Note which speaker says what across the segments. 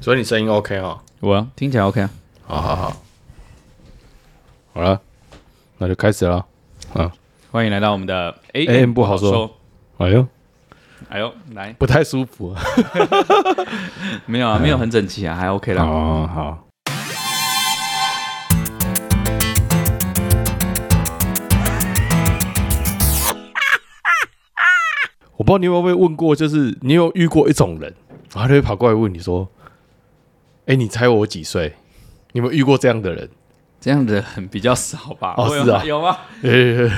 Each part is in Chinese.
Speaker 1: 所以你声音 OK 哦。
Speaker 2: 我听起来 OK 啊。
Speaker 1: 好好好，好了，那就开始了。
Speaker 2: 欢迎来到我们的
Speaker 1: AM 不好说。哎呦，
Speaker 2: 哎呦，来，
Speaker 1: 不太舒服啊。
Speaker 2: 没有啊，没有很整齐啊，还 OK 啦。
Speaker 1: 哦，嗯好。我不知道你有没有被问过，就是你有遇过一种人，然后他就会跑过来问你说：“哎、你猜我几岁？”你有没有遇过这样的人？
Speaker 2: 这样的很比较少吧？
Speaker 1: 哦
Speaker 2: 会吗
Speaker 1: 是啊
Speaker 2: 有吗？
Speaker 1: 呃、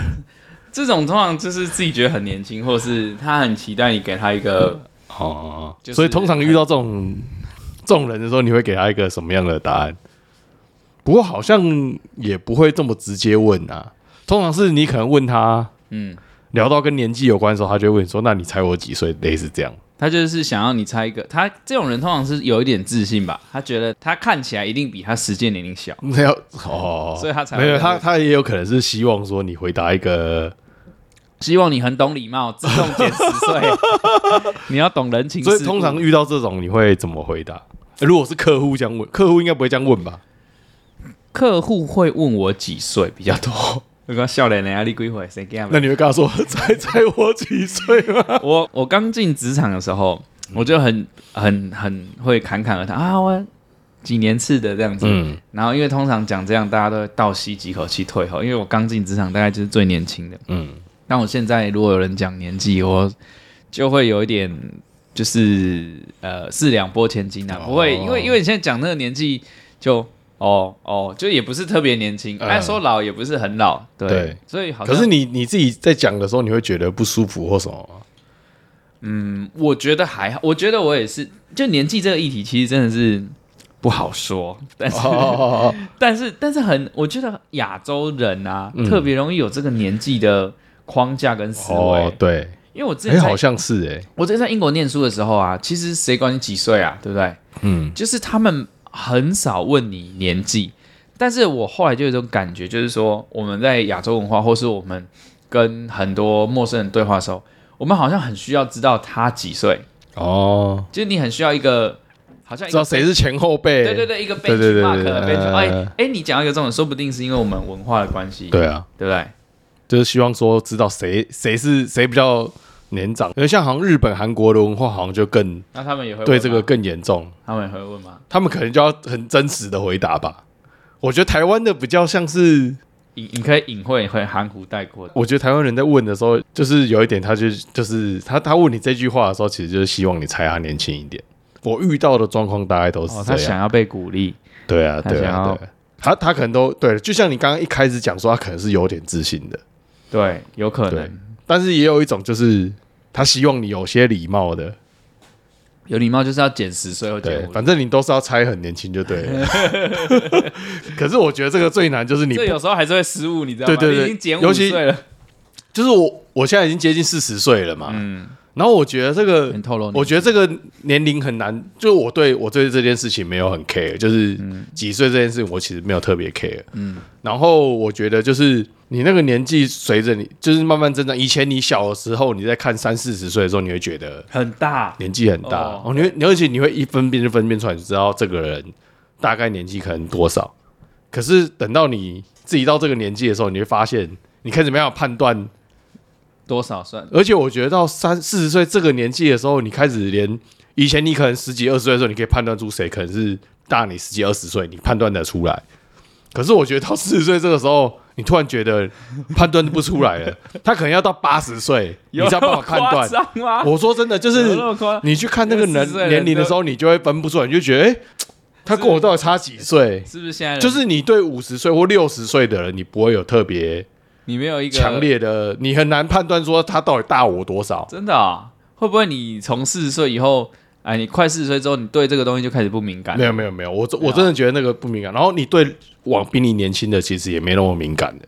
Speaker 2: 这种通常就是自己觉得很年轻，或是他很期待你给他一个
Speaker 1: 哦，
Speaker 2: 就是
Speaker 1: 所以通常遇到这种 这种人的时候，你会给他一个什么样的答案？不过好像也不会这么直接问啊，通常是你可能问他
Speaker 2: 嗯，
Speaker 1: 聊到跟年纪有关的时候，他就会问你说：“那你猜我几岁？”类似这样。
Speaker 2: 他就是想要你猜一个。他这种人通常是有一点自信吧，他觉得他看起来一定比他实际年龄小。
Speaker 1: 那要哦，
Speaker 2: 嗯所以他才会
Speaker 1: 没有
Speaker 2: 这样
Speaker 1: 他，
Speaker 2: 问
Speaker 1: 他也有可能是希望说你回答一个，
Speaker 2: 希望你很懂礼貌，自动减十 岁。你要懂人情世故。
Speaker 1: 所以通常遇到这种你会怎么回答？呃如果是客户这样问，客户应该不会这样问吧？
Speaker 2: 客户会问我几岁 比较多。我讲笑脸的
Speaker 1: 啊
Speaker 2: 压力归回，谁干
Speaker 1: 那你会跟他说：“ 猜猜我几岁吗？”
Speaker 2: 我我刚进职场的时候，我就很很很会侃侃而谈啊，我几年次的这样子。
Speaker 1: 嗯
Speaker 2: 然后因为通常讲这样，大家都会倒吸几口气退后，因为我刚进职场，大概就是最年轻的。
Speaker 1: 嗯，
Speaker 2: 但我现在如果有人讲年纪，我就会有一点就是呃四两拨千斤啊，不会，
Speaker 1: 哦
Speaker 2: 因为因为你现在讲那个年纪就。哦哦，就也不是特别年轻，
Speaker 1: 嗯
Speaker 2: 哎、说老也不是很老，对，
Speaker 1: 对
Speaker 2: 所以好像
Speaker 1: 可是你你自己在讲的时候，你会觉得不舒服或什么吗？
Speaker 2: 我觉得还好，我觉得我也是，就年纪这个议题，其实真的是不好说，但是、
Speaker 1: 哦，
Speaker 2: 但是但是很，我觉得亚洲人啊，
Speaker 1: 嗯
Speaker 2: 特别容易有这个年纪的框架跟思维，
Speaker 1: 哦，对，
Speaker 2: 因为我之
Speaker 1: 哎，
Speaker 2: 前在、
Speaker 1: 好像是哎，
Speaker 2: 我之前在英国念书的时候啊，其实谁管你几岁啊，对不对？
Speaker 1: 嗯，
Speaker 2: 就是他们很少问你年纪，但是我后来就有一种感觉，就是说我们在亚洲文化，或是我们跟很多陌生人对话的时候，我们好像很需要知道他几岁。
Speaker 1: 哦，
Speaker 2: 就是你很需要一个，好像一
Speaker 1: 知道
Speaker 2: 个
Speaker 1: 谁是前后辈，
Speaker 2: 对对对，一个
Speaker 1: 对对对
Speaker 2: benchmark
Speaker 1: 对
Speaker 2: b e
Speaker 1: 呃
Speaker 2: n 哎哎，你讲到一个这种，说不定是因为我们文化的关系，
Speaker 1: 对啊，
Speaker 2: 对不对？
Speaker 1: 就是希望说知道谁谁是谁比较年长，因为像好像日本、韩国的文化好像就更
Speaker 2: 那他们也会问
Speaker 1: 对
Speaker 2: 吗
Speaker 1: 这个，更严重，
Speaker 2: 他们也会问吗？
Speaker 1: 他们可能就要很真实的回答吧。我觉得台湾的比较像是，
Speaker 2: 隐你可以隐晦会含糊带过的，
Speaker 1: 我觉得台湾人在问的时候，就是有一点，他就就是他他问你这句话的时候，其实就是希望你猜他年轻一点。我遇到的状况大概都是
Speaker 2: 哦，
Speaker 1: 这样，
Speaker 2: 他想要被鼓励，
Speaker 1: 对啊，
Speaker 2: 他
Speaker 1: 对
Speaker 2: 想
Speaker 1: 啊，
Speaker 2: 要
Speaker 1: 对啊。他他可能都对，就像你刚刚一开始讲说，他可能是有点自信的，
Speaker 2: 对，有可
Speaker 1: 对
Speaker 2: 能。
Speaker 1: 但是也有一种就是他希望你有些礼貌的，
Speaker 2: 有礼貌就是要减十岁或减
Speaker 1: 对，
Speaker 2: 五，
Speaker 1: 反正你都是要猜很年轻就对 了。 可是我觉得这个最难就是你不
Speaker 2: 这，有时候还是会失误，你知道吗？
Speaker 1: 对对对
Speaker 2: 你已经减
Speaker 1: 尤
Speaker 2: 五
Speaker 1: 其
Speaker 2: 岁了，
Speaker 1: 就是我我现在已经接近四十岁了嘛，
Speaker 2: 嗯，
Speaker 1: 然后我觉得这个
Speaker 2: 很透露年纪。
Speaker 1: 我觉得这个年龄很难，就我对我对这件事情没有很 care，就是几岁这件事情我其实没有特别 care。嗯，然后我觉得就是你那个年纪随着你就是慢慢增长，以前你小的时候你在看三四十岁的时候，你会觉得
Speaker 2: 很大，
Speaker 1: 年纪很大，
Speaker 2: 哦
Speaker 1: 哦，你会你而且你会一分辨就分辨出来，你知道这个人大概年纪可能多少。可是等到你自己到这个年纪的时候，你会发现你开始没办法判断
Speaker 2: 多少算？
Speaker 1: 而且我觉得到三四十岁这个年纪的时候，你开始连以前你可能十几二十岁的时候，你可以判断出谁可能是大你十几二十岁，你判断得出来。可是我觉得到四十岁这个时候，你突然觉得判断不出来了， 他可能要到八十岁，你才有办法判断。
Speaker 2: 有那么夸张吗？
Speaker 1: 我说真的，就
Speaker 2: 有
Speaker 1: 是
Speaker 2: 那么夸张
Speaker 1: 你去看那个
Speaker 2: 40岁
Speaker 1: 人
Speaker 2: 人
Speaker 1: 年龄的时候，你就会分不出来，你就觉得，哎、他跟我到底差几岁？
Speaker 2: 是不是现在人
Speaker 1: 就是你对五十岁或六十岁的人，你不会有特别
Speaker 2: 你没有一个
Speaker 1: 强烈的，你很难判断说他到底大我多少。
Speaker 2: 真的啊、会不会你从四十岁以后，哎，你快四十岁之后，你对这个东西就开始不敏感？啊
Speaker 1: 没有没有没有，我真
Speaker 2: 没有
Speaker 1: 我真的觉得那个不敏感。然后你对往比你年轻的其实也没那么敏感的，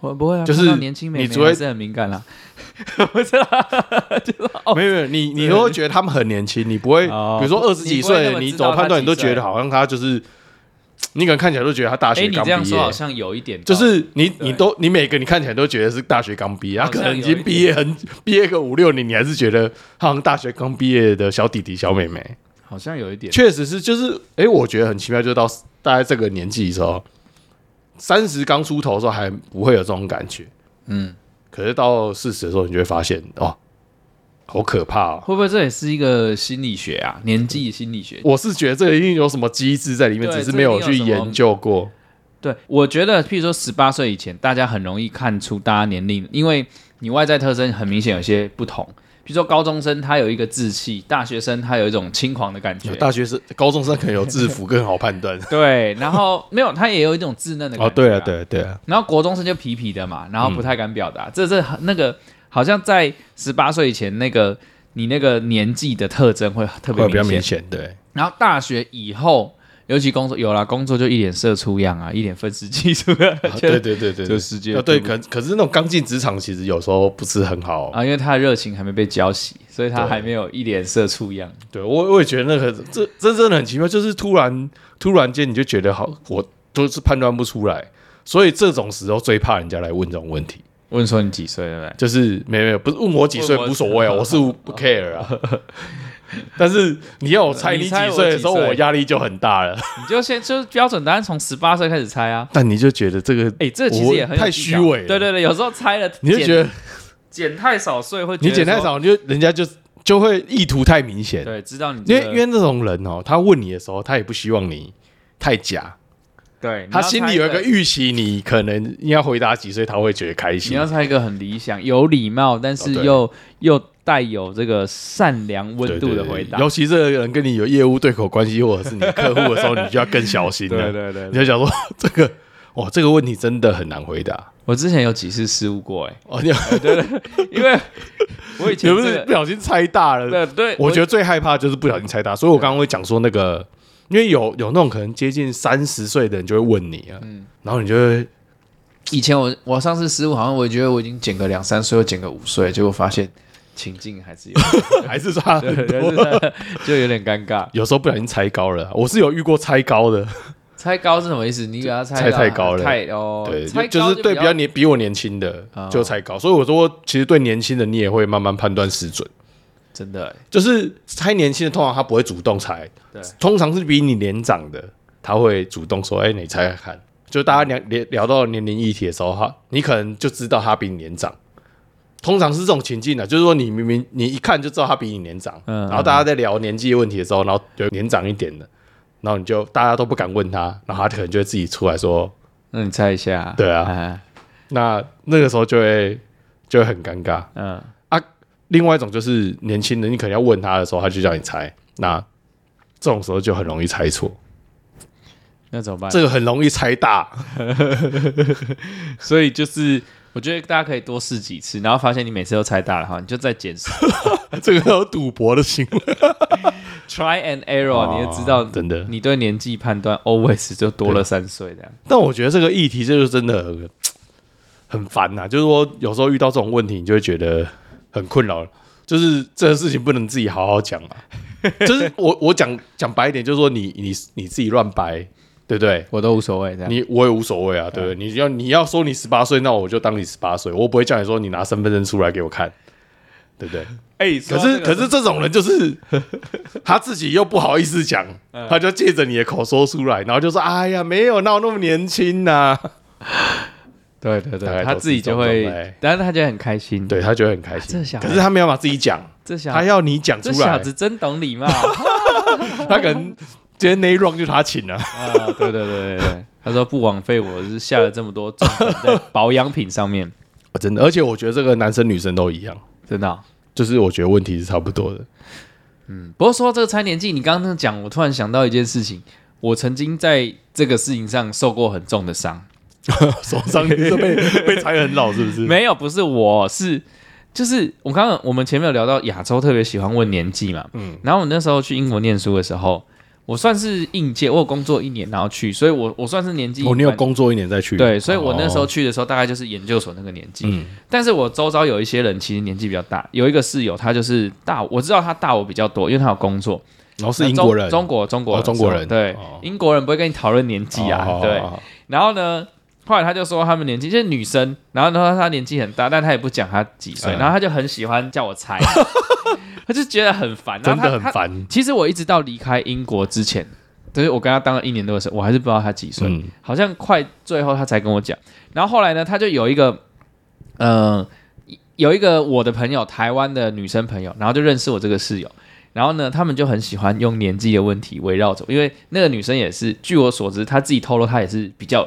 Speaker 2: 会不会啊？
Speaker 1: 就是
Speaker 2: 看到年轻美
Speaker 1: 你只
Speaker 2: 眉
Speaker 1: 会
Speaker 2: 还是很敏感啦、 不啊知道，就是哦，
Speaker 1: 没有没有，你你都会觉得他们很年轻，你不会，
Speaker 2: 哦
Speaker 1: 比如说二十几
Speaker 2: 你不会那
Speaker 1: 岁，
Speaker 2: 么
Speaker 1: 你
Speaker 2: 知
Speaker 1: 走
Speaker 2: 道他
Speaker 1: 判断你
Speaker 2: 几
Speaker 1: 都
Speaker 2: 岁
Speaker 1: 觉得好像他就是，你可能看起来都觉得他大
Speaker 2: 哎、
Speaker 1: 学
Speaker 2: 你
Speaker 1: 刚
Speaker 2: 这样
Speaker 1: 毕
Speaker 2: 说好
Speaker 1: 业。
Speaker 2: 像有一点
Speaker 1: 就
Speaker 2: 道理，
Speaker 1: 是你，
Speaker 2: 对
Speaker 1: 你都你每个你看起来都觉得是大学刚毕业，他
Speaker 2: 好像
Speaker 1: 可能已
Speaker 2: 有一
Speaker 1: 经毕业很毕业个五六年，你还是觉得他好像大学刚毕业的小弟弟小妹妹。
Speaker 2: 好像有一点，
Speaker 1: 确实是，就是哎、诶我觉得很奇妙，就是到大概这个年纪的时候，三十刚出头的时候还不会有这种感觉，
Speaker 2: 嗯，
Speaker 1: 可是到四十的时候，你就会发现哦，好可怕哦！
Speaker 2: 会不会这也是一个心理学啊？年纪心理学。
Speaker 1: 我是觉得这一定有什么机制在里面，
Speaker 2: 对
Speaker 1: 只是没有去研究过。
Speaker 2: 对，我觉得，譬如说十八岁以前，大家很容易看出大家年龄，因为你外在特征很明显有些不同。譬如说高中生他有一个志气，大学生他有一种轻狂的感觉，
Speaker 1: 大学生、高中生可能有制服更好判 断。
Speaker 2: 对，然后没有他也有一种稚嫩的感觉、啊
Speaker 1: 哦，对了，。对了对了，
Speaker 2: 然后国中生就皮皮的嘛，然后不太敢表
Speaker 1: 嗯
Speaker 2: 达，这这那个好像在十八岁以前那个你那个年纪的特征会特别
Speaker 1: 会比较
Speaker 2: 明显
Speaker 1: 明。显。 对，
Speaker 2: 然后大学以后，尤其工作有啦，工作就一脸社畜样啊，一脸愤世嫉俗的，
Speaker 1: 啊
Speaker 2: 觉
Speaker 1: 对
Speaker 2: 得
Speaker 1: 对对对，
Speaker 2: 这世界
Speaker 1: 啊对，
Speaker 2: 不
Speaker 1: 可可是那种刚进职场，其实有时候不是很好。哦
Speaker 2: 啊，因为他的热情还没被浇熄，所以他
Speaker 1: 对
Speaker 2: 还没有一脸社畜样。
Speaker 1: 对我我也觉得那个这这真的很奇妙，就是突然突然间你就觉得好，我都是判断不出来。所以这种时候最怕人家来问这种问题，
Speaker 2: 问说你几岁对不对？
Speaker 1: 就是没有没有，不是问我几岁
Speaker 2: 问我
Speaker 1: 无所谓啊，我 是不 care 啊。 但是你要我猜
Speaker 2: 你
Speaker 1: 你几
Speaker 2: 猜我
Speaker 1: 岁的
Speaker 2: 几
Speaker 1: 时候，
Speaker 2: 岁
Speaker 1: 我压力就很大了。
Speaker 2: 你就先就是标准答案从十八岁开始猜啊。
Speaker 1: 但你就觉得这个，
Speaker 2: 哎、这其实也很有
Speaker 1: 太
Speaker 2: 技
Speaker 1: 虚
Speaker 2: 巧
Speaker 1: 伪了
Speaker 2: 对对对，有时候猜了，
Speaker 1: 你就觉得
Speaker 2: 减减太少岁会觉
Speaker 1: 你
Speaker 2: 得
Speaker 1: 剪太
Speaker 2: 说，
Speaker 1: 少，你就人家就就会意图太明显。
Speaker 2: 对，知道你
Speaker 1: 因
Speaker 2: 这
Speaker 1: 为
Speaker 2: 个、
Speaker 1: 因为那种人哦，他问你的时候，他也不希望你太假，
Speaker 2: 对，你
Speaker 1: 他
Speaker 2: 要
Speaker 1: 心
Speaker 2: 猜
Speaker 1: 里有一个
Speaker 2: 个。
Speaker 1: 预期，你可能应该回答几岁，他会觉得开
Speaker 2: 你
Speaker 1: 心
Speaker 2: 要。猜一个很理想、有礼貌，但是
Speaker 1: 哦对
Speaker 2: 又、又带有这个善良温度的回答
Speaker 1: 对对对。尤其这个人跟你有业务对口关系，或者是你的客户的时候，你就要更小心了。
Speaker 2: 对对
Speaker 1: 你就想说 这个，哦，这个问题真的很难回答。
Speaker 2: 我之前有几次失误过、哎，
Speaker 1: 哦，你
Speaker 2: 因为我以 前
Speaker 1: 你不
Speaker 2: 这
Speaker 1: 是
Speaker 2: 个
Speaker 1: 不小心猜大了？
Speaker 2: 对对，
Speaker 1: 我觉得最害怕就是不小心猜大，所以我刚刚会讲说那个，因为有有那种可能接近三十岁的人就会问你啊，
Speaker 2: 嗯
Speaker 1: 然后你就会
Speaker 2: 以前我我上次失误，好像我觉得我已经减个两三岁，又减个五岁，结果发现情境还是有，
Speaker 1: 还是差很
Speaker 2: 对
Speaker 1: 多，
Speaker 2: 就是就有点尴尬。
Speaker 1: 有时候不小心猜高了啊，我是有遇过猜高的，
Speaker 2: 猜高是什么意思？你给他猜
Speaker 1: 猜
Speaker 2: 到
Speaker 1: 太高了
Speaker 2: 太哦，
Speaker 1: 对，
Speaker 2: 猜
Speaker 1: 就
Speaker 2: 高
Speaker 1: 就是对比较年比我年轻的
Speaker 2: 哦
Speaker 1: 就猜高，所以我说其实对年轻的你也会慢慢判断失准，
Speaker 2: 真的欸
Speaker 1: 就是猜年轻的通常他不会主动猜，
Speaker 2: 对，
Speaker 1: 通常是比你年长的他会主动说，哎，你猜猜看。就大家聊聊聊到年龄议题的时候，哈，你可能就知道他比你年长。通常是这种情境的、啊就是说你明明你一看就知道他比你年长，
Speaker 2: 嗯
Speaker 1: 然后大家在聊年纪问题的时候，然后有年长一点的，然后你就大家都不敢问他，然后他可能就会自己出来说，
Speaker 2: 那你猜一下？
Speaker 1: 对啊
Speaker 2: 哎，
Speaker 1: 那那个时候就会就会很尴尬。啊
Speaker 2: 嗯，
Speaker 1: 另外一种就是年轻人，你可能要问他的时候，他就叫你猜，那这种时候就很容易猜错，
Speaker 2: 那怎么办？
Speaker 1: 这个很容易猜大。
Speaker 2: 所以就是。我觉得大家可以多试几次，然后发现你每次都猜大了哈，你就再减 少
Speaker 1: 这个有赌博的行为，哦
Speaker 2: try and 啊 error，你就知道
Speaker 1: 真的。
Speaker 2: 你对年纪判断 always 就多了三岁这样。
Speaker 1: 但我觉得这个议题就是真的很很烦呐、就是说有时候遇到这种问题，你就会觉得很困扰，就是这个事情不能自己好好讲啊。就是我我讲讲白一点，就是说你你你自己乱掰，对不对？
Speaker 2: 我都无所谓这样。
Speaker 1: 你我也无所谓啊，对不对？你要你要说你十八岁，那我就当你十八岁，我不会叫你说你拿身份证出来给我看，对不 对？
Speaker 2: 哎、
Speaker 1: 可是可是这种人就是他自己又不好意思讲，他就借着你的口说出来，然后就说：“哎呀，没有，哪有那么年轻呐、
Speaker 2: 对对
Speaker 1: 大概
Speaker 2: 对，
Speaker 1: 都
Speaker 2: 他
Speaker 1: 是
Speaker 2: 自己
Speaker 1: 这
Speaker 2: 就
Speaker 1: 种状态
Speaker 2: 会，但是他就很开心。
Speaker 1: 对他觉得很开心
Speaker 2: 啊这小，孩
Speaker 1: 可是他没有把自己讲，
Speaker 2: 这小
Speaker 1: 他要你讲出
Speaker 2: 这小
Speaker 1: 来，
Speaker 2: 子真懂礼 貌
Speaker 1: 他可能今天那一 round 就是他请了、
Speaker 2: 啊！对对对对对，他说不枉费我是下了这么多重本在保养品上面，
Speaker 1: 哦真的。而且我觉得这个男生女生都一样，
Speaker 2: 真的哦、
Speaker 1: 就是我觉得问题是差不多的。
Speaker 2: 嗯不过说到这个猜年纪，你刚刚那个讲，我突然想到一件事情，我曾经在这个事情上受过很重的伤。
Speaker 1: 手上就是被被踩很老，是不是？
Speaker 2: 没有，不是我，是就是我刚刚我们前面有聊到亚洲特别喜欢问年纪嘛，嗯，然后我那时候去英国念书的时候，我算是应届，我有工作一年然后去，所以我我算是年纪
Speaker 1: 哦，你有
Speaker 2: 蛮
Speaker 1: 工作一年再去。
Speaker 2: 对，所以我那时候
Speaker 1: 哦，
Speaker 2: 去的时候大概就是研究所那个年纪，
Speaker 1: 嗯
Speaker 2: 但是我周遭有一些人其实年纪比较大，有一个室友他就是大我，我知道他大我比较多，因为他有工作，
Speaker 1: 然后是英国人，
Speaker 2: 中中国中国
Speaker 1: 哦中国人
Speaker 2: 对，
Speaker 1: 哦
Speaker 2: 英国人不会跟你讨论年纪啊，
Speaker 1: 哦
Speaker 2: 对，然后呢，后来他就说他们年纪就是女生，然后他说她年纪很大，但他也不讲她几岁，
Speaker 1: 嗯
Speaker 2: 然后他就很喜欢叫我猜， 他就觉得很烦，然
Speaker 1: 真
Speaker 2: 后
Speaker 1: 的
Speaker 2: 他
Speaker 1: 很。烦
Speaker 2: 他。其实我一直到离开英国之前，就是我跟他当了一年多的时候，我还是不知道他几岁，
Speaker 1: 嗯
Speaker 2: 好像快最后他才跟我讲。然后后来呢，他就有一个，嗯、有一个我的朋友，台湾的女生朋友，然后就认识我这个室友。然后呢，他们就很喜欢用年纪的问题围绕着我，因为那个女生也是，据我所知，她自己透露她也是比较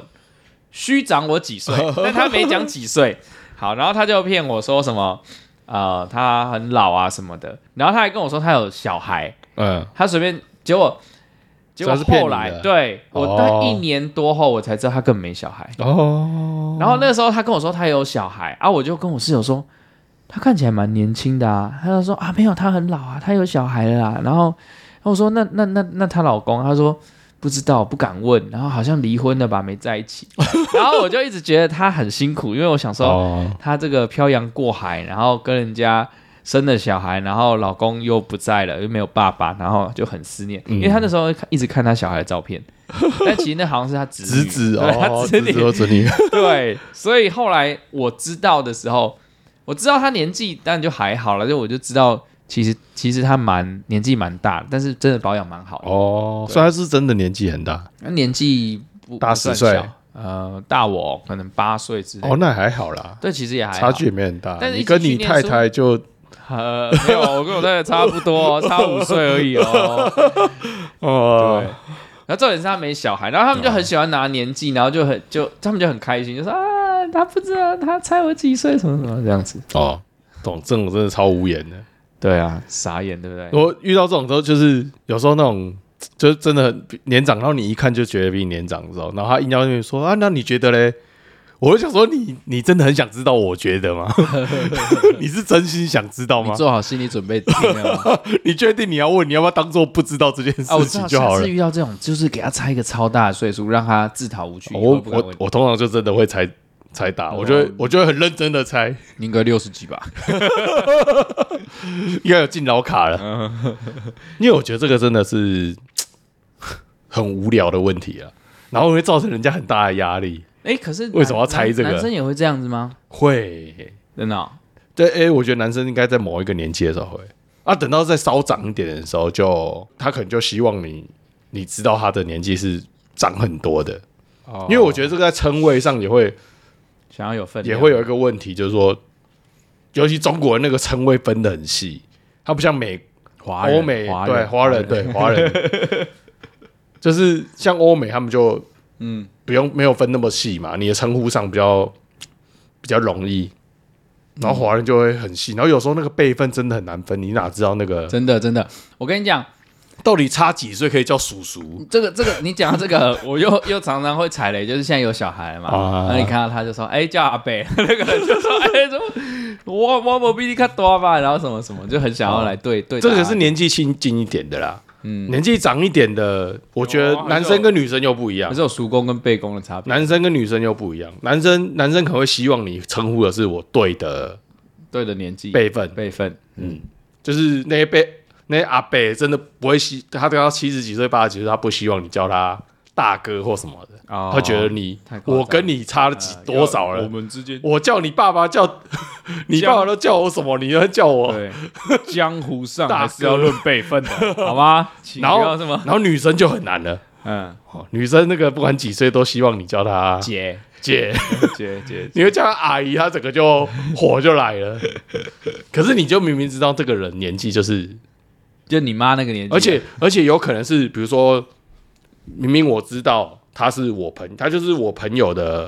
Speaker 2: 虚长我几岁，但她没讲几岁。好，然后她就骗我说什么，呃，她很老啊什么的，然后她还跟我说她有小孩，
Speaker 1: 嗯，
Speaker 2: 她随便，结果结果
Speaker 1: 这是骗你
Speaker 2: 后来
Speaker 1: 的
Speaker 2: 对我大
Speaker 1: 哦
Speaker 2: 概一年多后我才知道她根本没小孩，
Speaker 1: 哦，
Speaker 2: 然后那时候他跟我说他有小孩啊，我就跟我室友说，他看起来蛮年轻的啊。他就说啊，没有，他很老啊，他有小孩了啊。然后，然后我说那那那那她老公，他说不知道，不敢问。然后好像离婚了吧，没在一起。 然后我就一直觉得他很辛苦，因为我想说、
Speaker 1: 哦，
Speaker 2: 她这个漂洋过海，然后跟人家生了小孩，然后老公又不在了，又没有爸爸，然后就很思念。
Speaker 1: 嗯
Speaker 2: 因为她那时候一直看她小孩的 照片，但其实那好像是她侄
Speaker 1: 侄
Speaker 2: 女
Speaker 1: 子
Speaker 2: 对她
Speaker 1: 哦，
Speaker 2: 侄
Speaker 1: 侄
Speaker 2: 女
Speaker 1: 子或侄女，
Speaker 2: 对，所以后来我知道的时候，我知道他年纪，但就还好了，就我就知道，其实其实他蛮年纪蛮大的，但是真的保养蛮好的。
Speaker 1: 哦，所以他是真的年纪很大，
Speaker 2: 那、年纪不
Speaker 1: 大
Speaker 2: 不算
Speaker 1: 10岁
Speaker 2: 小呃，大我可能八岁之类。
Speaker 1: 哦，那还好啦，
Speaker 2: 对，其实也还好
Speaker 1: 差距也没很大。
Speaker 2: 但是
Speaker 1: 你
Speaker 2: 一起
Speaker 1: 跟
Speaker 2: 去
Speaker 1: 你
Speaker 2: 念
Speaker 1: 太
Speaker 2: 书
Speaker 1: 太就
Speaker 2: 呃，没有，我跟我太太差不多，差五岁而已 哦。对
Speaker 1: 哦，，
Speaker 2: 然后重点是他没小孩，然后他们就很喜欢拿年纪，然后就很就他们就很开心，就说啊，他不知道他猜我几岁，什么什么这样子。
Speaker 1: 哦，懂这种真的超无言的。
Speaker 2: 对啊，傻眼，对不对？
Speaker 1: 我遇到这种时候，就是有时候那种就是真的很年长，然后你一看就觉得比你年长的时候，然后他硬要跟你说啊，那你觉得嘞？我就想说你，你真的很想知道我觉得吗？ 你是真心想知道
Speaker 2: 啊
Speaker 3: 你
Speaker 1: 吗？
Speaker 3: 做好心理准备，听了吗
Speaker 1: 你确定你要问，你要不要当做不知道这件
Speaker 2: 啊，我
Speaker 1: 事
Speaker 2: 知
Speaker 1: 情
Speaker 2: 道，
Speaker 1: 就好
Speaker 2: 下
Speaker 1: 了
Speaker 2: 次？遇到这种，就是给他猜一个超大的岁数，让他自讨无趣。以后
Speaker 1: 哦我
Speaker 2: 不敢
Speaker 1: 我
Speaker 2: 问哦
Speaker 1: 我通常就真的会猜猜答，我就会我就会很认真的猜，
Speaker 3: 你应该六十几吧？
Speaker 1: 应该有进老卡了，
Speaker 2: 嗯
Speaker 1: 因为我觉得这个真的是很无聊的问题啊，然后会造成人家很大的压力。
Speaker 2: 哎，可是
Speaker 1: 为什么要猜
Speaker 2: 男
Speaker 1: 这个
Speaker 2: 男生也会这样子吗？
Speaker 1: 会，
Speaker 2: 真的哦
Speaker 1: 对，哎、我觉得男生应该在某一个年纪的时候会啊，等到再稍长一点的时候就，他可能就希望你你知道他的年纪是长很多的，
Speaker 2: 哦，
Speaker 1: 因为我觉得这个在称谓上也会
Speaker 2: 想要有分
Speaker 1: 也
Speaker 2: 量
Speaker 1: 会有一个问题，就是说，尤其中国人那个称谓分得很细，它不像美
Speaker 3: 华人
Speaker 1: 欧美
Speaker 3: 华
Speaker 1: 对
Speaker 3: 人
Speaker 1: 华人对华人， 就是像欧美他们就
Speaker 3: 嗯，
Speaker 1: 不用没有分那么细嘛，你的称呼上比较比较容易，然后华人就会很细，然后有时候那个辈分真的很难分，你哪知道那个
Speaker 3: 真的真的，
Speaker 2: 我跟你讲，
Speaker 1: 到底差几岁可以叫叔叔？
Speaker 2: 这个这个，你讲到这个， 我又又常常会踩雷，就是现在有小孩了嘛，
Speaker 1: 啊
Speaker 2: 然后你看到他就说，哎，叫阿贝， 那个人就说，哎，说我我我比你看多吧，然后什么什么，就很想要来对对答
Speaker 1: 哦这
Speaker 2: 案。
Speaker 1: 个是年纪轻近一点的啦，嗯，年纪长一点的，我觉得
Speaker 3: 啊
Speaker 1: 男生跟女生又不一样
Speaker 2: 可是。有叔公跟背公的差别，
Speaker 1: 男生跟女生又不一样，男生男生可能会希望你称呼的是我对的
Speaker 2: 对的年纪
Speaker 1: 辈分，
Speaker 2: 辈分，
Speaker 1: 就是那些辈那些阿伯真的不会希，他等到七十几岁八十几岁，他不希望你叫他大哥或什么的，
Speaker 2: 哦
Speaker 1: 他觉得你
Speaker 2: 太夸张哎
Speaker 1: 我跟你差了几多少了，
Speaker 2: 们之间
Speaker 1: 我叫你爸爸叫 你爸爸都叫我什么，你要叫我，
Speaker 2: 对，江湖上
Speaker 1: 大
Speaker 2: 还是要
Speaker 1: 哥
Speaker 2: 论辈 分的，好吗？请
Speaker 1: 然
Speaker 2: 不要
Speaker 1: 后
Speaker 2: 这么，
Speaker 1: 然后女生就很难了。
Speaker 2: 嗯，
Speaker 1: 哦女生那个不管几岁都希望你叫她
Speaker 2: 姐
Speaker 1: 姐，
Speaker 2: 姐姐，
Speaker 1: 你会叫她阿姨，她整个就火就来了。可是你就明明知道这个人年纪就是
Speaker 2: 就你妈那个年纪，
Speaker 1: 而且而且有可能是，比如说，明明我知道他是我朋他就是我朋友的，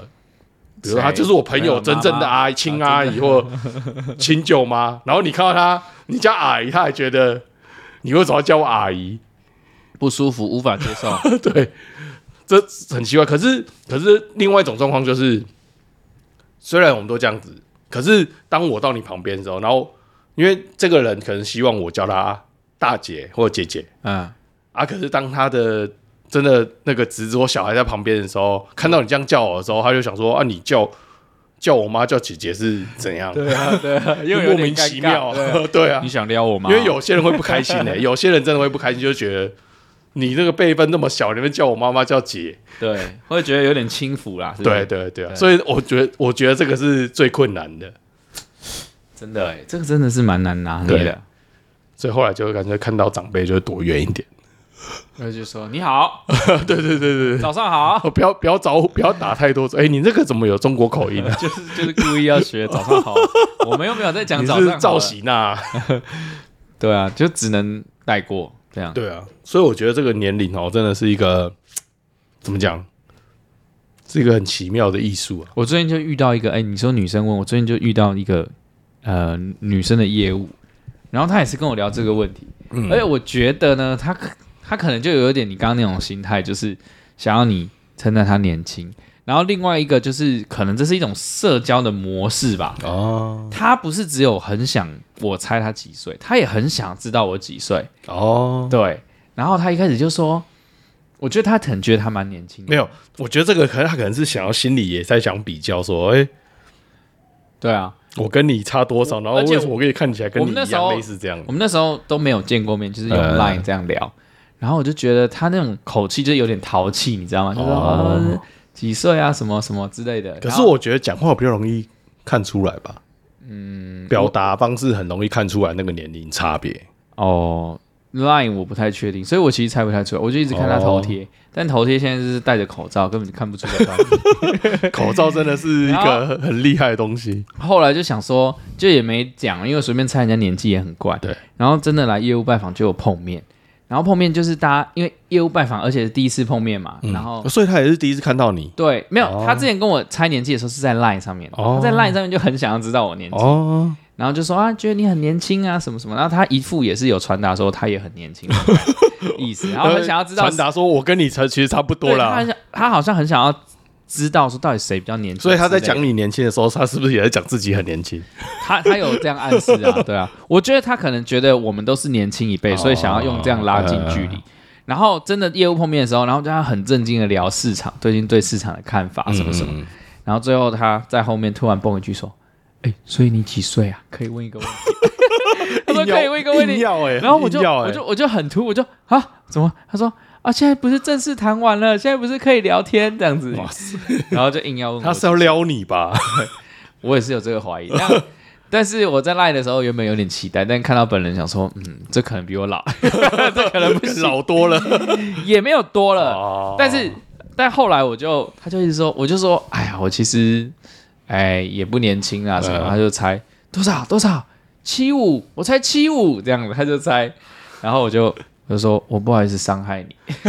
Speaker 1: 比如说
Speaker 2: 谁
Speaker 1: 他就是我朋友真正的阿姨、
Speaker 2: 朋友
Speaker 1: 亲
Speaker 2: 妈妈
Speaker 1: 阿姨或亲舅妈，然后你看到他，你叫阿姨，他还觉得你为什么要叫我阿姨？
Speaker 3: 不舒服，无法接受。
Speaker 1: 对，这很奇怪。可是可是另外一种状况就是，虽然我们都这样子，可是当我到你旁边的时候，然后因为这个人可能希望我叫他大姐或姐姐，
Speaker 3: 嗯，
Speaker 1: 啊，可是当他的真的那个侄子或小孩在旁边的时候，看到你这样叫我的时候，他就想说啊，你叫叫我妈叫姐姐是怎样？
Speaker 2: 对啊对 啊，因为有
Speaker 1: 莫
Speaker 2: 点
Speaker 1: 名
Speaker 2: 尴
Speaker 1: 其
Speaker 2: 尬
Speaker 1: 妙，
Speaker 2: 对
Speaker 1: 啊，对啊
Speaker 3: 你，想撩我吗？
Speaker 1: 因为有些人会不开心的、有些人真的会不开心，就觉得你这个辈分那么小，你们叫我妈妈叫姐，
Speaker 2: 对，会觉得有点轻浮啦。是不
Speaker 1: 对
Speaker 2: 是，
Speaker 1: 对对啊，
Speaker 2: 对
Speaker 1: 所以我觉得我觉得这个是最困难的，
Speaker 2: 真的哎、这个真的是蛮难拿捏
Speaker 1: 对
Speaker 2: 的。
Speaker 1: 所以后来就感觉看到长辈就躲远一点，
Speaker 2: 那就说你好，
Speaker 1: 对对对对对，
Speaker 2: 早上好，
Speaker 1: 哦 不要不要找不要打太多字，哎，你这个怎么有中国口 音啊？
Speaker 2: 就是就是故意要学早上好，我们又没有在讲
Speaker 1: 你
Speaker 2: 早
Speaker 1: 是
Speaker 2: 上
Speaker 1: 赵
Speaker 2: 型，
Speaker 1: 喜娜啊、
Speaker 2: 对啊，就只能带过这样。
Speaker 1: 对啊，所以我觉得这个年龄哦，真的是一个怎么讲，是一个很奇妙的艺术啊。
Speaker 2: 我最近就遇到一个，哎、你说女生问我，最近就遇到一个呃女生的业务，然后她也是跟我聊这个问题，
Speaker 1: 嗯
Speaker 2: 而且我觉得呢，她可她可能就有点你刚刚那种心态，就是想要你称赞她年轻，然后另外一个就是可能这是一种社交的模式吧，
Speaker 1: 哦
Speaker 2: 她不是只有很想我猜她几岁，她也很想知道我几岁，
Speaker 1: 哦，
Speaker 2: 对，然后她一开始就说，我觉得她可能觉得她蛮年轻的
Speaker 1: 没，有，我觉得这个可能他可能是想要心里也在想比较，说，哎、
Speaker 2: 对啊，
Speaker 1: 我跟你差多少，然后
Speaker 2: 而且
Speaker 1: 为什么我可以看起来跟
Speaker 2: 我
Speaker 1: 你
Speaker 2: 们那
Speaker 1: 一
Speaker 2: 时候
Speaker 1: 样，类似这样
Speaker 2: 我？们那时候都没有见过面，就是用
Speaker 1: 呃
Speaker 2: Line 这样聊。然后我就觉得他那种口气就有点淘气，你知道吗？就说、
Speaker 1: 哦
Speaker 2: 呃几岁啊，什么什么之类的。
Speaker 1: 可
Speaker 2: 然
Speaker 1: 是
Speaker 2: 后
Speaker 1: 我觉得讲话比较容易看出来吧，嗯，表达方式很容易看出来那个年龄差别。
Speaker 2: 哦，Line 我不太确定，所以我其实猜不太出来。我就一直
Speaker 1: 哦
Speaker 2: 看他头贴，但头贴现在就是戴着口罩，根本就看不出来他。
Speaker 1: 口罩真的是一
Speaker 2: 然
Speaker 1: 个很厉害的东西，
Speaker 2: 后来就想说，就也没讲，因为随便猜人家年纪也很怪。
Speaker 1: 对。
Speaker 2: 然后真的来业务拜访就有碰面，然后碰面就是大家因为业务拜访，而且是第一次碰面嘛，
Speaker 1: 嗯
Speaker 2: 然后
Speaker 1: 所以他也是第一次看到你
Speaker 2: 对，没有，
Speaker 1: 哦
Speaker 2: 他之前跟我猜年纪的时候是在 Line 上面，
Speaker 1: 哦
Speaker 2: 他在 Line 上面就很想要知道我年纪，
Speaker 1: 哦，
Speaker 2: 然后就说啊，觉得你很年轻啊，什么什么，然后他一副也是有传达说他也很年 轻的意思，然后很想要知道
Speaker 1: 呃传达说我跟你差其实差不多
Speaker 2: 对他
Speaker 1: 啦
Speaker 2: 很。想他好像很想要知道说到底谁比较年轻之
Speaker 1: 所
Speaker 2: 类
Speaker 1: 以
Speaker 2: 的，
Speaker 1: 他在讲你年轻的时候，他是不是也在讲自己很年轻？
Speaker 2: 他他有这样暗示啊， 对啊，我觉得他可能觉得我们都是年轻一辈，所以想要用这样拉近距
Speaker 1: 哦
Speaker 2: 离。然后真的业务碰面的时候，然后就他很震惊的聊市场，最近对市场的看
Speaker 1: 啊
Speaker 2: 法什么什么。
Speaker 1: 嗯
Speaker 2: 然后最后他在后面突然蹦一句说：“哎，所以你几岁啊？可以问一个 问题。”他说：“
Speaker 1: 硬要
Speaker 2: 可以问一个问
Speaker 1: 硬
Speaker 2: 题。
Speaker 1: 要哎、”
Speaker 2: 然后我就
Speaker 1: 硬要哎
Speaker 2: 我就我就很突兀，我就啊怎么？他说啊现在不是正式谈完了，现在不是可以聊天这样子， 然后就硬要问我
Speaker 1: 他是要撩你吧？
Speaker 2: 我也是有这个怀疑，但但是我在赖的时候原本有点期待，但看到本人想说，嗯，这可能比我老， 这可能不行，
Speaker 1: 老多了
Speaker 2: 也没有多了。
Speaker 1: 哦
Speaker 2: 但是但后来我就他就一直说，我就说，哎呀，我其实哎也不年轻啊什么，
Speaker 1: 嗯
Speaker 2: 他就猜多少多少七五，我猜七五这样子，他就猜，然后我就我就说我不好意思伤害你，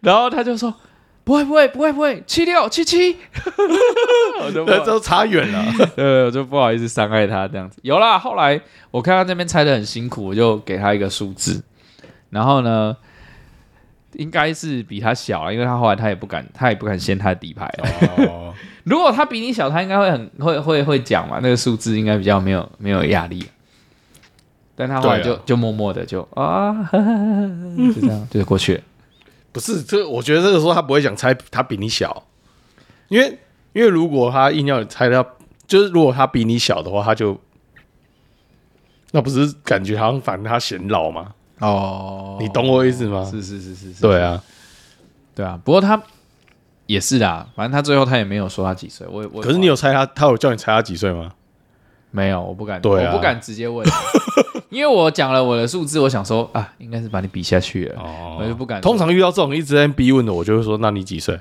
Speaker 2: 然后他就说。不会不会不会不会，七六七七， 我就不好意
Speaker 1: 那
Speaker 2: 思
Speaker 1: 都差远了。
Speaker 2: 对，我就不好意思伤害他这样子。有啦，后来我看他那边猜的很辛苦，我就给他一个数字，然后呢，应该是比他小啊，因为他后来他也不敢，他也不敢掀他的底牌了。
Speaker 1: 哦，
Speaker 2: 如果他比你小，他应该会很会会会讲嘛，那个数字应该比较没有没有压力。但他后来就、
Speaker 1: 对啊
Speaker 2: 就默默的就啊，呵呵呵呵就这样就过去了。
Speaker 1: 不是这，我觉得这个时候他不会想猜他比你小，因为因为如果他硬要你猜到，就是如果他比你小的话，他就那不是感觉好像反正他显老吗？
Speaker 3: 哦，
Speaker 1: 你懂我意思吗？
Speaker 2: 是是是是是，
Speaker 1: 对啊，
Speaker 2: 对啊。不过他也是啦，反正他最后他也没有说他几岁，我也我也
Speaker 1: 可是你有猜他，他有叫你猜他几岁吗？
Speaker 2: 没有，我不敢，
Speaker 1: 对啊
Speaker 2: 我不敢直接问， 因为我讲了我的数字，我想说啊，应该是把你比下去 了，
Speaker 1: 哦
Speaker 2: 我就不敢说。
Speaker 1: 通常遇到这种一直在逼问的，我就会说：“那你几岁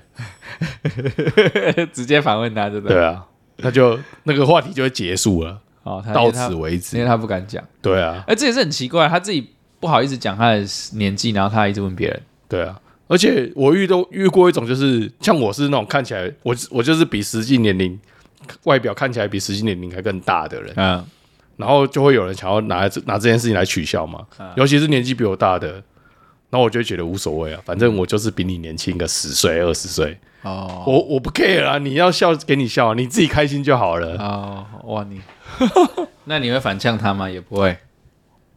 Speaker 2: 直接反问他，真？”的。
Speaker 1: 对啊，那就那个话题就会结束 了，
Speaker 2: 哦，他
Speaker 1: 到此
Speaker 2: 因为
Speaker 1: 为
Speaker 2: 他因
Speaker 1: 止。
Speaker 2: 为他不敢讲，
Speaker 1: 对啊，
Speaker 2: 哎，这也是很奇怪，他自己不好意思讲他的年纪，然后他还一直问别人。
Speaker 1: 对啊。而且我遇到遇过一种，就是像我是那种看起来我我就是比实际年龄外表看起来比实际年龄还更大的人，
Speaker 2: 嗯，
Speaker 1: 然后就会有人想要拿这拿这件事情来取笑嘛，
Speaker 2: 嗯
Speaker 1: 尤其是年纪比我大的。然后我就会觉得无所谓啊，反正我就是比你年轻个十岁、二十岁，
Speaker 3: 哦
Speaker 1: 我我不 care 啊，你要笑给你笑啊，你自己开心就好了。
Speaker 2: 哦，哇你， 那你会反呛他吗？也不会。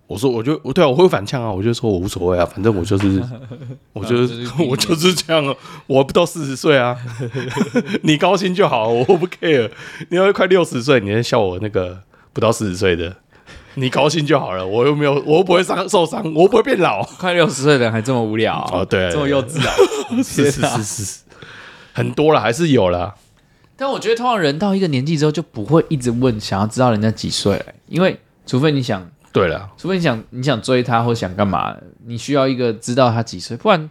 Speaker 1: 我说，我就我对啊，我会反呛啊，我就说我无所谓啊，反正我就是， 我就
Speaker 2: 啊就是
Speaker 1: 是
Speaker 2: 比 你
Speaker 1: 我就是这样啊，我不到四十岁啊， 你高兴就好，我不 care。你要快六十岁，你在笑我那个不到四十岁的，你高兴就好了，我又没有，我又不会伤受伤，我又不会变老。
Speaker 2: 快六十岁的人还这么无聊、
Speaker 1: 哦 对
Speaker 2: 这么幼稚啊！
Speaker 1: 是是是是是，很多了，还是有了。
Speaker 2: 但我觉得，通常人到一个年纪之后，就不会一直问想要知道人家几岁了，因为除非你想，
Speaker 1: 对了，
Speaker 2: 除非你想你想追他或想干嘛，你需要一个知道他几岁，不然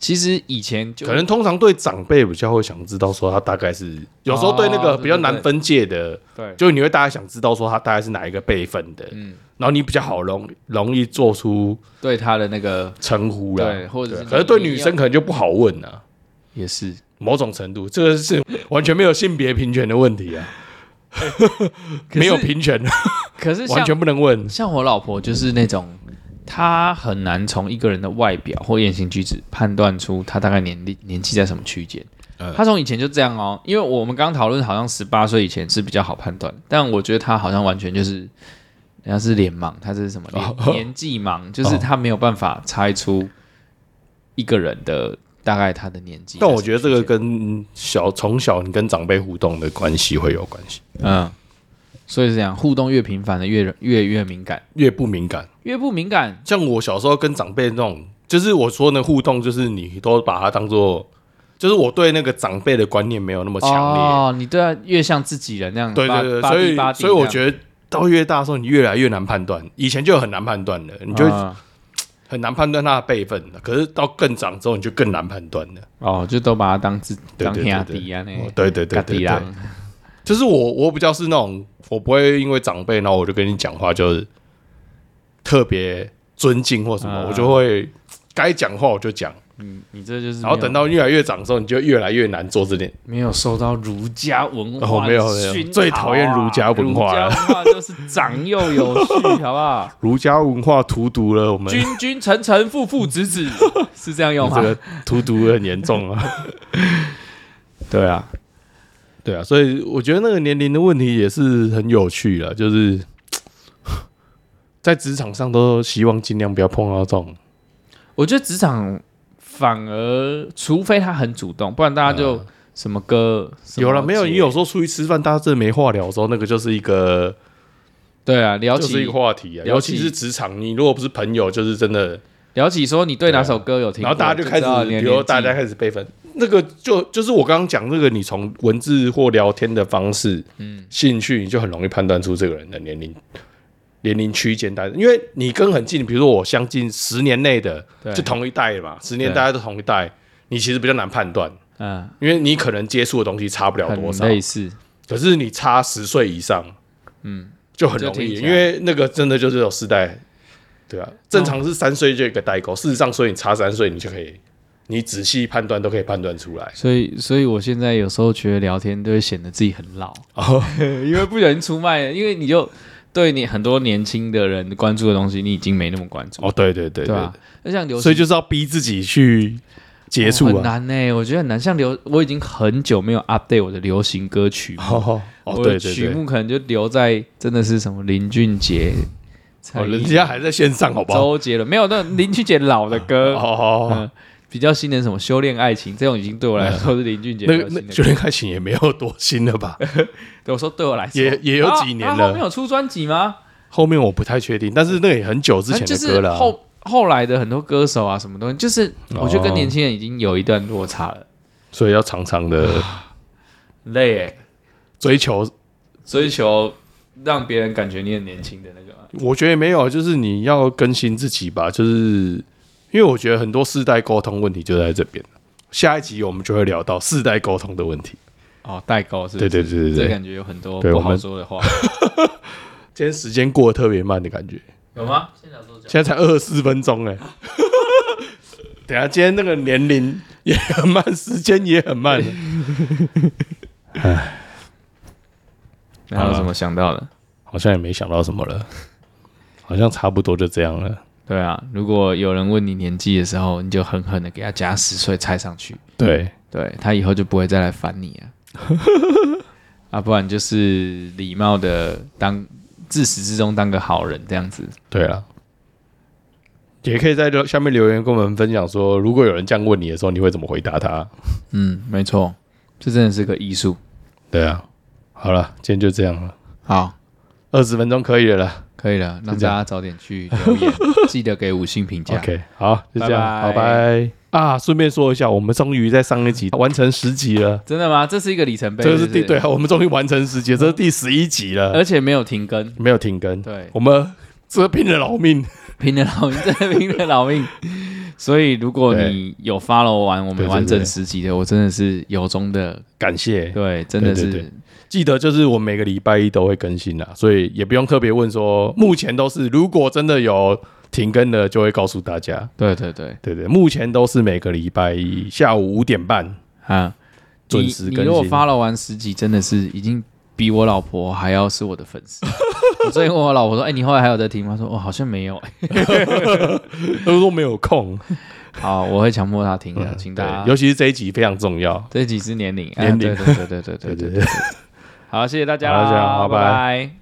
Speaker 2: 其实以前就
Speaker 1: 可能通常对长辈比较会想知道说他大概是，有时候对那
Speaker 2: 哦
Speaker 1: 个
Speaker 2: 对
Speaker 1: 比较
Speaker 2: 对
Speaker 1: 难
Speaker 2: 对
Speaker 1: 分界的，
Speaker 2: 对
Speaker 1: 就你会大概想知道说他大概是哪一个辈分的，嗯，然后你比较好容容易做出
Speaker 2: 对他的那个
Speaker 1: 称呼啦，
Speaker 2: 对或者是
Speaker 1: 可是对
Speaker 2: 你
Speaker 1: 女生可能就不好问啊，
Speaker 2: 也是
Speaker 1: 某种程度这个是完全没有性别平权的问题啊，没有，平权，
Speaker 2: 哎可是可是
Speaker 1: 完
Speaker 2: 像
Speaker 1: 全不能问，
Speaker 2: 像我老婆就是那种，她很难从一个人的外表或言行举止判断出她大概年龄年纪在什么区间。
Speaker 1: 呃
Speaker 2: 她从以前就这样哦，因为我们刚刚讨论好像十八岁以前是比较好判断，但我觉得她好像完全就是，人家是脸盲，她这是什么
Speaker 1: 哦
Speaker 2: 年、年纪盲，就是她没有办法猜出一个人的大概她的年纪。
Speaker 1: 但我觉得这个跟小从小你跟长辈互动的关系会有关系，
Speaker 2: 嗯，所以是这样，互动越频繁的越越越敏感，
Speaker 1: 越不敏感。
Speaker 2: 越不敏感
Speaker 1: 像我小时候跟长辈那种，就是我说的互动，就是你都把它当做，就是我对那个长辈的观念没有那么强烈。
Speaker 2: 哦，你对他越像自己人那样，
Speaker 1: 对
Speaker 2: 嗯八
Speaker 1: 对对，
Speaker 2: 八
Speaker 1: 所
Speaker 2: 地八
Speaker 1: 以
Speaker 2: 地
Speaker 1: 所以我
Speaker 2: 得
Speaker 1: 觉得到越大的时候，你越来越难判断。以前就很难判断了，你就
Speaker 2: 啊哦
Speaker 1: 很难判断他的辈分了。可是到更长之后，你就更难判断了。
Speaker 2: 哦，就都把他当自
Speaker 1: 对
Speaker 2: 当
Speaker 1: 对
Speaker 2: 兄
Speaker 1: 对
Speaker 2: 弟啊，
Speaker 1: 哦
Speaker 2: 那
Speaker 1: 对对对
Speaker 2: 家
Speaker 1: 对
Speaker 2: 弟
Speaker 1: 对
Speaker 2: 郎，
Speaker 1: 就是我我比较是那种，我不会因为长辈，然后我就跟你讲话，就是特别尊敬或什么，
Speaker 2: 嗯
Speaker 1: 我就会该讲话我就讲。
Speaker 2: 你你这就是没有
Speaker 1: 然后等到越来越长的时候，你就越来越难做这点。
Speaker 2: 没有受到儒家文
Speaker 1: 哦
Speaker 2: 化
Speaker 1: 没有
Speaker 2: 的
Speaker 1: 没有
Speaker 2: 熏陶啊
Speaker 1: 最讨厌儒家文化了
Speaker 2: 儒家文化就是长幼 有序，好不好？
Speaker 1: 儒家文化荼毒了我们，
Speaker 2: 君君臣臣父父子 子是这样用
Speaker 1: 这
Speaker 2: 吗？
Speaker 1: 个荼毒得很严重啊。
Speaker 2: 对啊，
Speaker 1: 对啊，所以我觉得那个年龄的问题也是很有趣了，就是在职场上都希望尽量不要碰到这种。
Speaker 2: 我觉得职场反而，除非他很主动，不然大家就什么歌
Speaker 1: 嗯有了没有？你
Speaker 2: 也
Speaker 1: 有时候出去吃饭，大家真的没话聊的时候，那个就是一个
Speaker 2: 对啊，聊
Speaker 1: 就是一
Speaker 2: 起
Speaker 1: 个话题啊。
Speaker 2: 聊
Speaker 1: 尤
Speaker 2: 起
Speaker 1: 其是职场，你如果不是朋友，就是真的，
Speaker 2: 聊起说你对哪首歌有听
Speaker 1: 啊
Speaker 2: 过，
Speaker 1: 然后大家就开
Speaker 2: 知道
Speaker 1: 始，
Speaker 2: 你的
Speaker 1: 比如
Speaker 2: 年纪
Speaker 1: 大家开始备份，那个就就是我刚刚讲这个，你从文字或聊天的方式，嗯，兴趣，你就很容易判断出这个人的年龄。年龄区间大，因为你跟很近，比如说我相近十年内的，
Speaker 2: 对
Speaker 1: 就同一代嘛，十年
Speaker 2: 对
Speaker 1: 大家都同一代，你其实比较难判断，
Speaker 2: 嗯
Speaker 1: 因为你可能接触的东西差不了
Speaker 2: 很
Speaker 1: 多少，
Speaker 2: 类似，
Speaker 1: 可是你差十岁以上，嗯，就很容
Speaker 2: 就
Speaker 1: 易，
Speaker 2: 听起
Speaker 1: 因
Speaker 2: 来
Speaker 1: 为那个真的就是有世代，对啊，正常是三岁就有一个代沟，事实上，所以你差三岁，你就可以，你仔细判断都可以判断出来。
Speaker 2: 所以所以我现在有时候觉得聊天都会显得自己很老，
Speaker 1: 哦，
Speaker 2: 因为不小心出卖了，因为你就对你很多年轻的人关注的东西，你已经没那么关注，
Speaker 1: 哦，对对对
Speaker 2: 对
Speaker 1: 对，
Speaker 2: 吧？那像流
Speaker 1: 所以
Speaker 2: 行
Speaker 1: 就是要逼自己去接触
Speaker 2: 哦很
Speaker 1: 啊。
Speaker 2: 难呢，我觉得很难。像流，我已经很久没有 update 我的流行歌曲目，
Speaker 1: 哦哦，
Speaker 2: 我
Speaker 1: 对
Speaker 2: 的
Speaker 1: 对
Speaker 2: 曲
Speaker 1: 对，
Speaker 2: 目可能就留在真的是什么林俊杰、蔡
Speaker 1: 哦，人
Speaker 2: 依
Speaker 1: 家还在线上，好不好？
Speaker 2: 周杰伦，没有那林俊杰老的歌
Speaker 1: 哦，哦，哦
Speaker 2: 嗯，比较新的什么《修炼爱情》这种，已经对我来说是林俊杰比
Speaker 1: 嗯那
Speaker 2: 较
Speaker 1: 个那
Speaker 2: 新的
Speaker 1: 就
Speaker 2: 歌。
Speaker 1: 连爱情也没有多新了 吧？
Speaker 2: 对我说，对我来说
Speaker 1: 也也有几年
Speaker 2: 啊他后
Speaker 1: 了
Speaker 2: 面有出专辑吗？
Speaker 1: 后面我不太确定，但是那也很久之前
Speaker 2: 就
Speaker 1: 的
Speaker 2: 是
Speaker 1: 歌了啊。
Speaker 2: 后后来的很多歌手啊，什么东西，就是我觉得跟
Speaker 1: 哦
Speaker 2: 年轻人已经有一段落差了，
Speaker 1: 所以要常常 的
Speaker 2: 累欸，
Speaker 1: 追求
Speaker 2: 追求让别人感觉你很年轻的那个嘛。
Speaker 1: 我觉得没有，就是你要更新自己吧，就是因为我觉得很多世代沟通问题就在这边。下一集我们就会聊到世代沟通的问题。
Speaker 2: 哦，代沟是
Speaker 1: 对
Speaker 2: 不是？
Speaker 1: 对对对
Speaker 2: 这
Speaker 1: 对，
Speaker 2: 感觉有很多
Speaker 1: 对
Speaker 2: 不
Speaker 1: 我
Speaker 2: 好
Speaker 1: 们
Speaker 2: 说的 话，
Speaker 1: 今天时间过得特别慢的感觉，
Speaker 2: 有吗？现在都这样。
Speaker 1: 现在才二十四分钟哎、 等一下，今天那个年龄也很慢，时间也很慢。
Speaker 2: 还有什么想到的？
Speaker 1: 好像也没想到什么了，好像差不多就这样了。
Speaker 2: 对啊，如果有人问你年纪的时候，你就狠狠的给他加十岁猜上去。
Speaker 1: 对，
Speaker 2: 对他以后就不会再来烦你 啊。啊，不然就是礼貌的当自始至终当个好人这样子。
Speaker 1: 对了。也可以在留下面留言跟我们分享说，如果有人这样问你的时候，你会怎么回答他？
Speaker 2: 嗯，没错，这真的是个艺术。
Speaker 1: 对啊，好了，今天就这样了，
Speaker 2: 好，
Speaker 1: 二十分钟可以了啦，
Speaker 2: 可以了，让
Speaker 1: 这
Speaker 2: 大
Speaker 1: 样
Speaker 2: 家早点去留言， 记得给五星评价。
Speaker 1: OK，好，就这样，
Speaker 2: 拜拜
Speaker 1: 好拜啊！顺便说一下，我们终于在上一集完成十集了，
Speaker 2: 真的吗？这是一个里程碑，
Speaker 1: 这个是
Speaker 2: 是不
Speaker 1: 第对，，啊我们终于完成十集，这是第十一集了，
Speaker 2: 而且没有停更，
Speaker 1: 没有停更，
Speaker 2: 嗯呃对，
Speaker 1: 我们这拼了老命，
Speaker 2: 拼了老命，真 的拼了老命。所以，如果你有 follow 完我
Speaker 1: 对对
Speaker 2: 们完
Speaker 1: 对
Speaker 2: 整十集的，我真的是由衷的，
Speaker 1: 感谢。
Speaker 2: 对，真的
Speaker 1: 对对
Speaker 2: 是
Speaker 1: 记得就是我每个礼拜一都会更新啦，所以也不用特别问说，目前都是如果真的有停更的，就会告诉大家。
Speaker 2: 对对对
Speaker 1: 对对，目前都是每个礼拜一下午五点半
Speaker 2: 啊！
Speaker 1: 准时
Speaker 2: 你
Speaker 1: 更新。
Speaker 2: 你如果 follow 完十集，真的是已经比我老婆还要是我的粉丝。 我最近问我老婆说：“哎、你后来还有在听吗？”她说：“哦，好像没有。
Speaker 1: 他说没有空，
Speaker 2: 好，我会强迫她听的，请大
Speaker 1: 嗯对，
Speaker 2: 家。
Speaker 1: 尤其是这一集非常重要。
Speaker 2: 这几是年龄，啊
Speaker 1: 年龄
Speaker 2: 对对对对对
Speaker 1: 对
Speaker 2: 对对
Speaker 1: 对
Speaker 2: 对
Speaker 1: 对。
Speaker 2: 好，谢谢大家
Speaker 1: 好
Speaker 2: 啦，
Speaker 1: 大家好拜
Speaker 2: 拜拜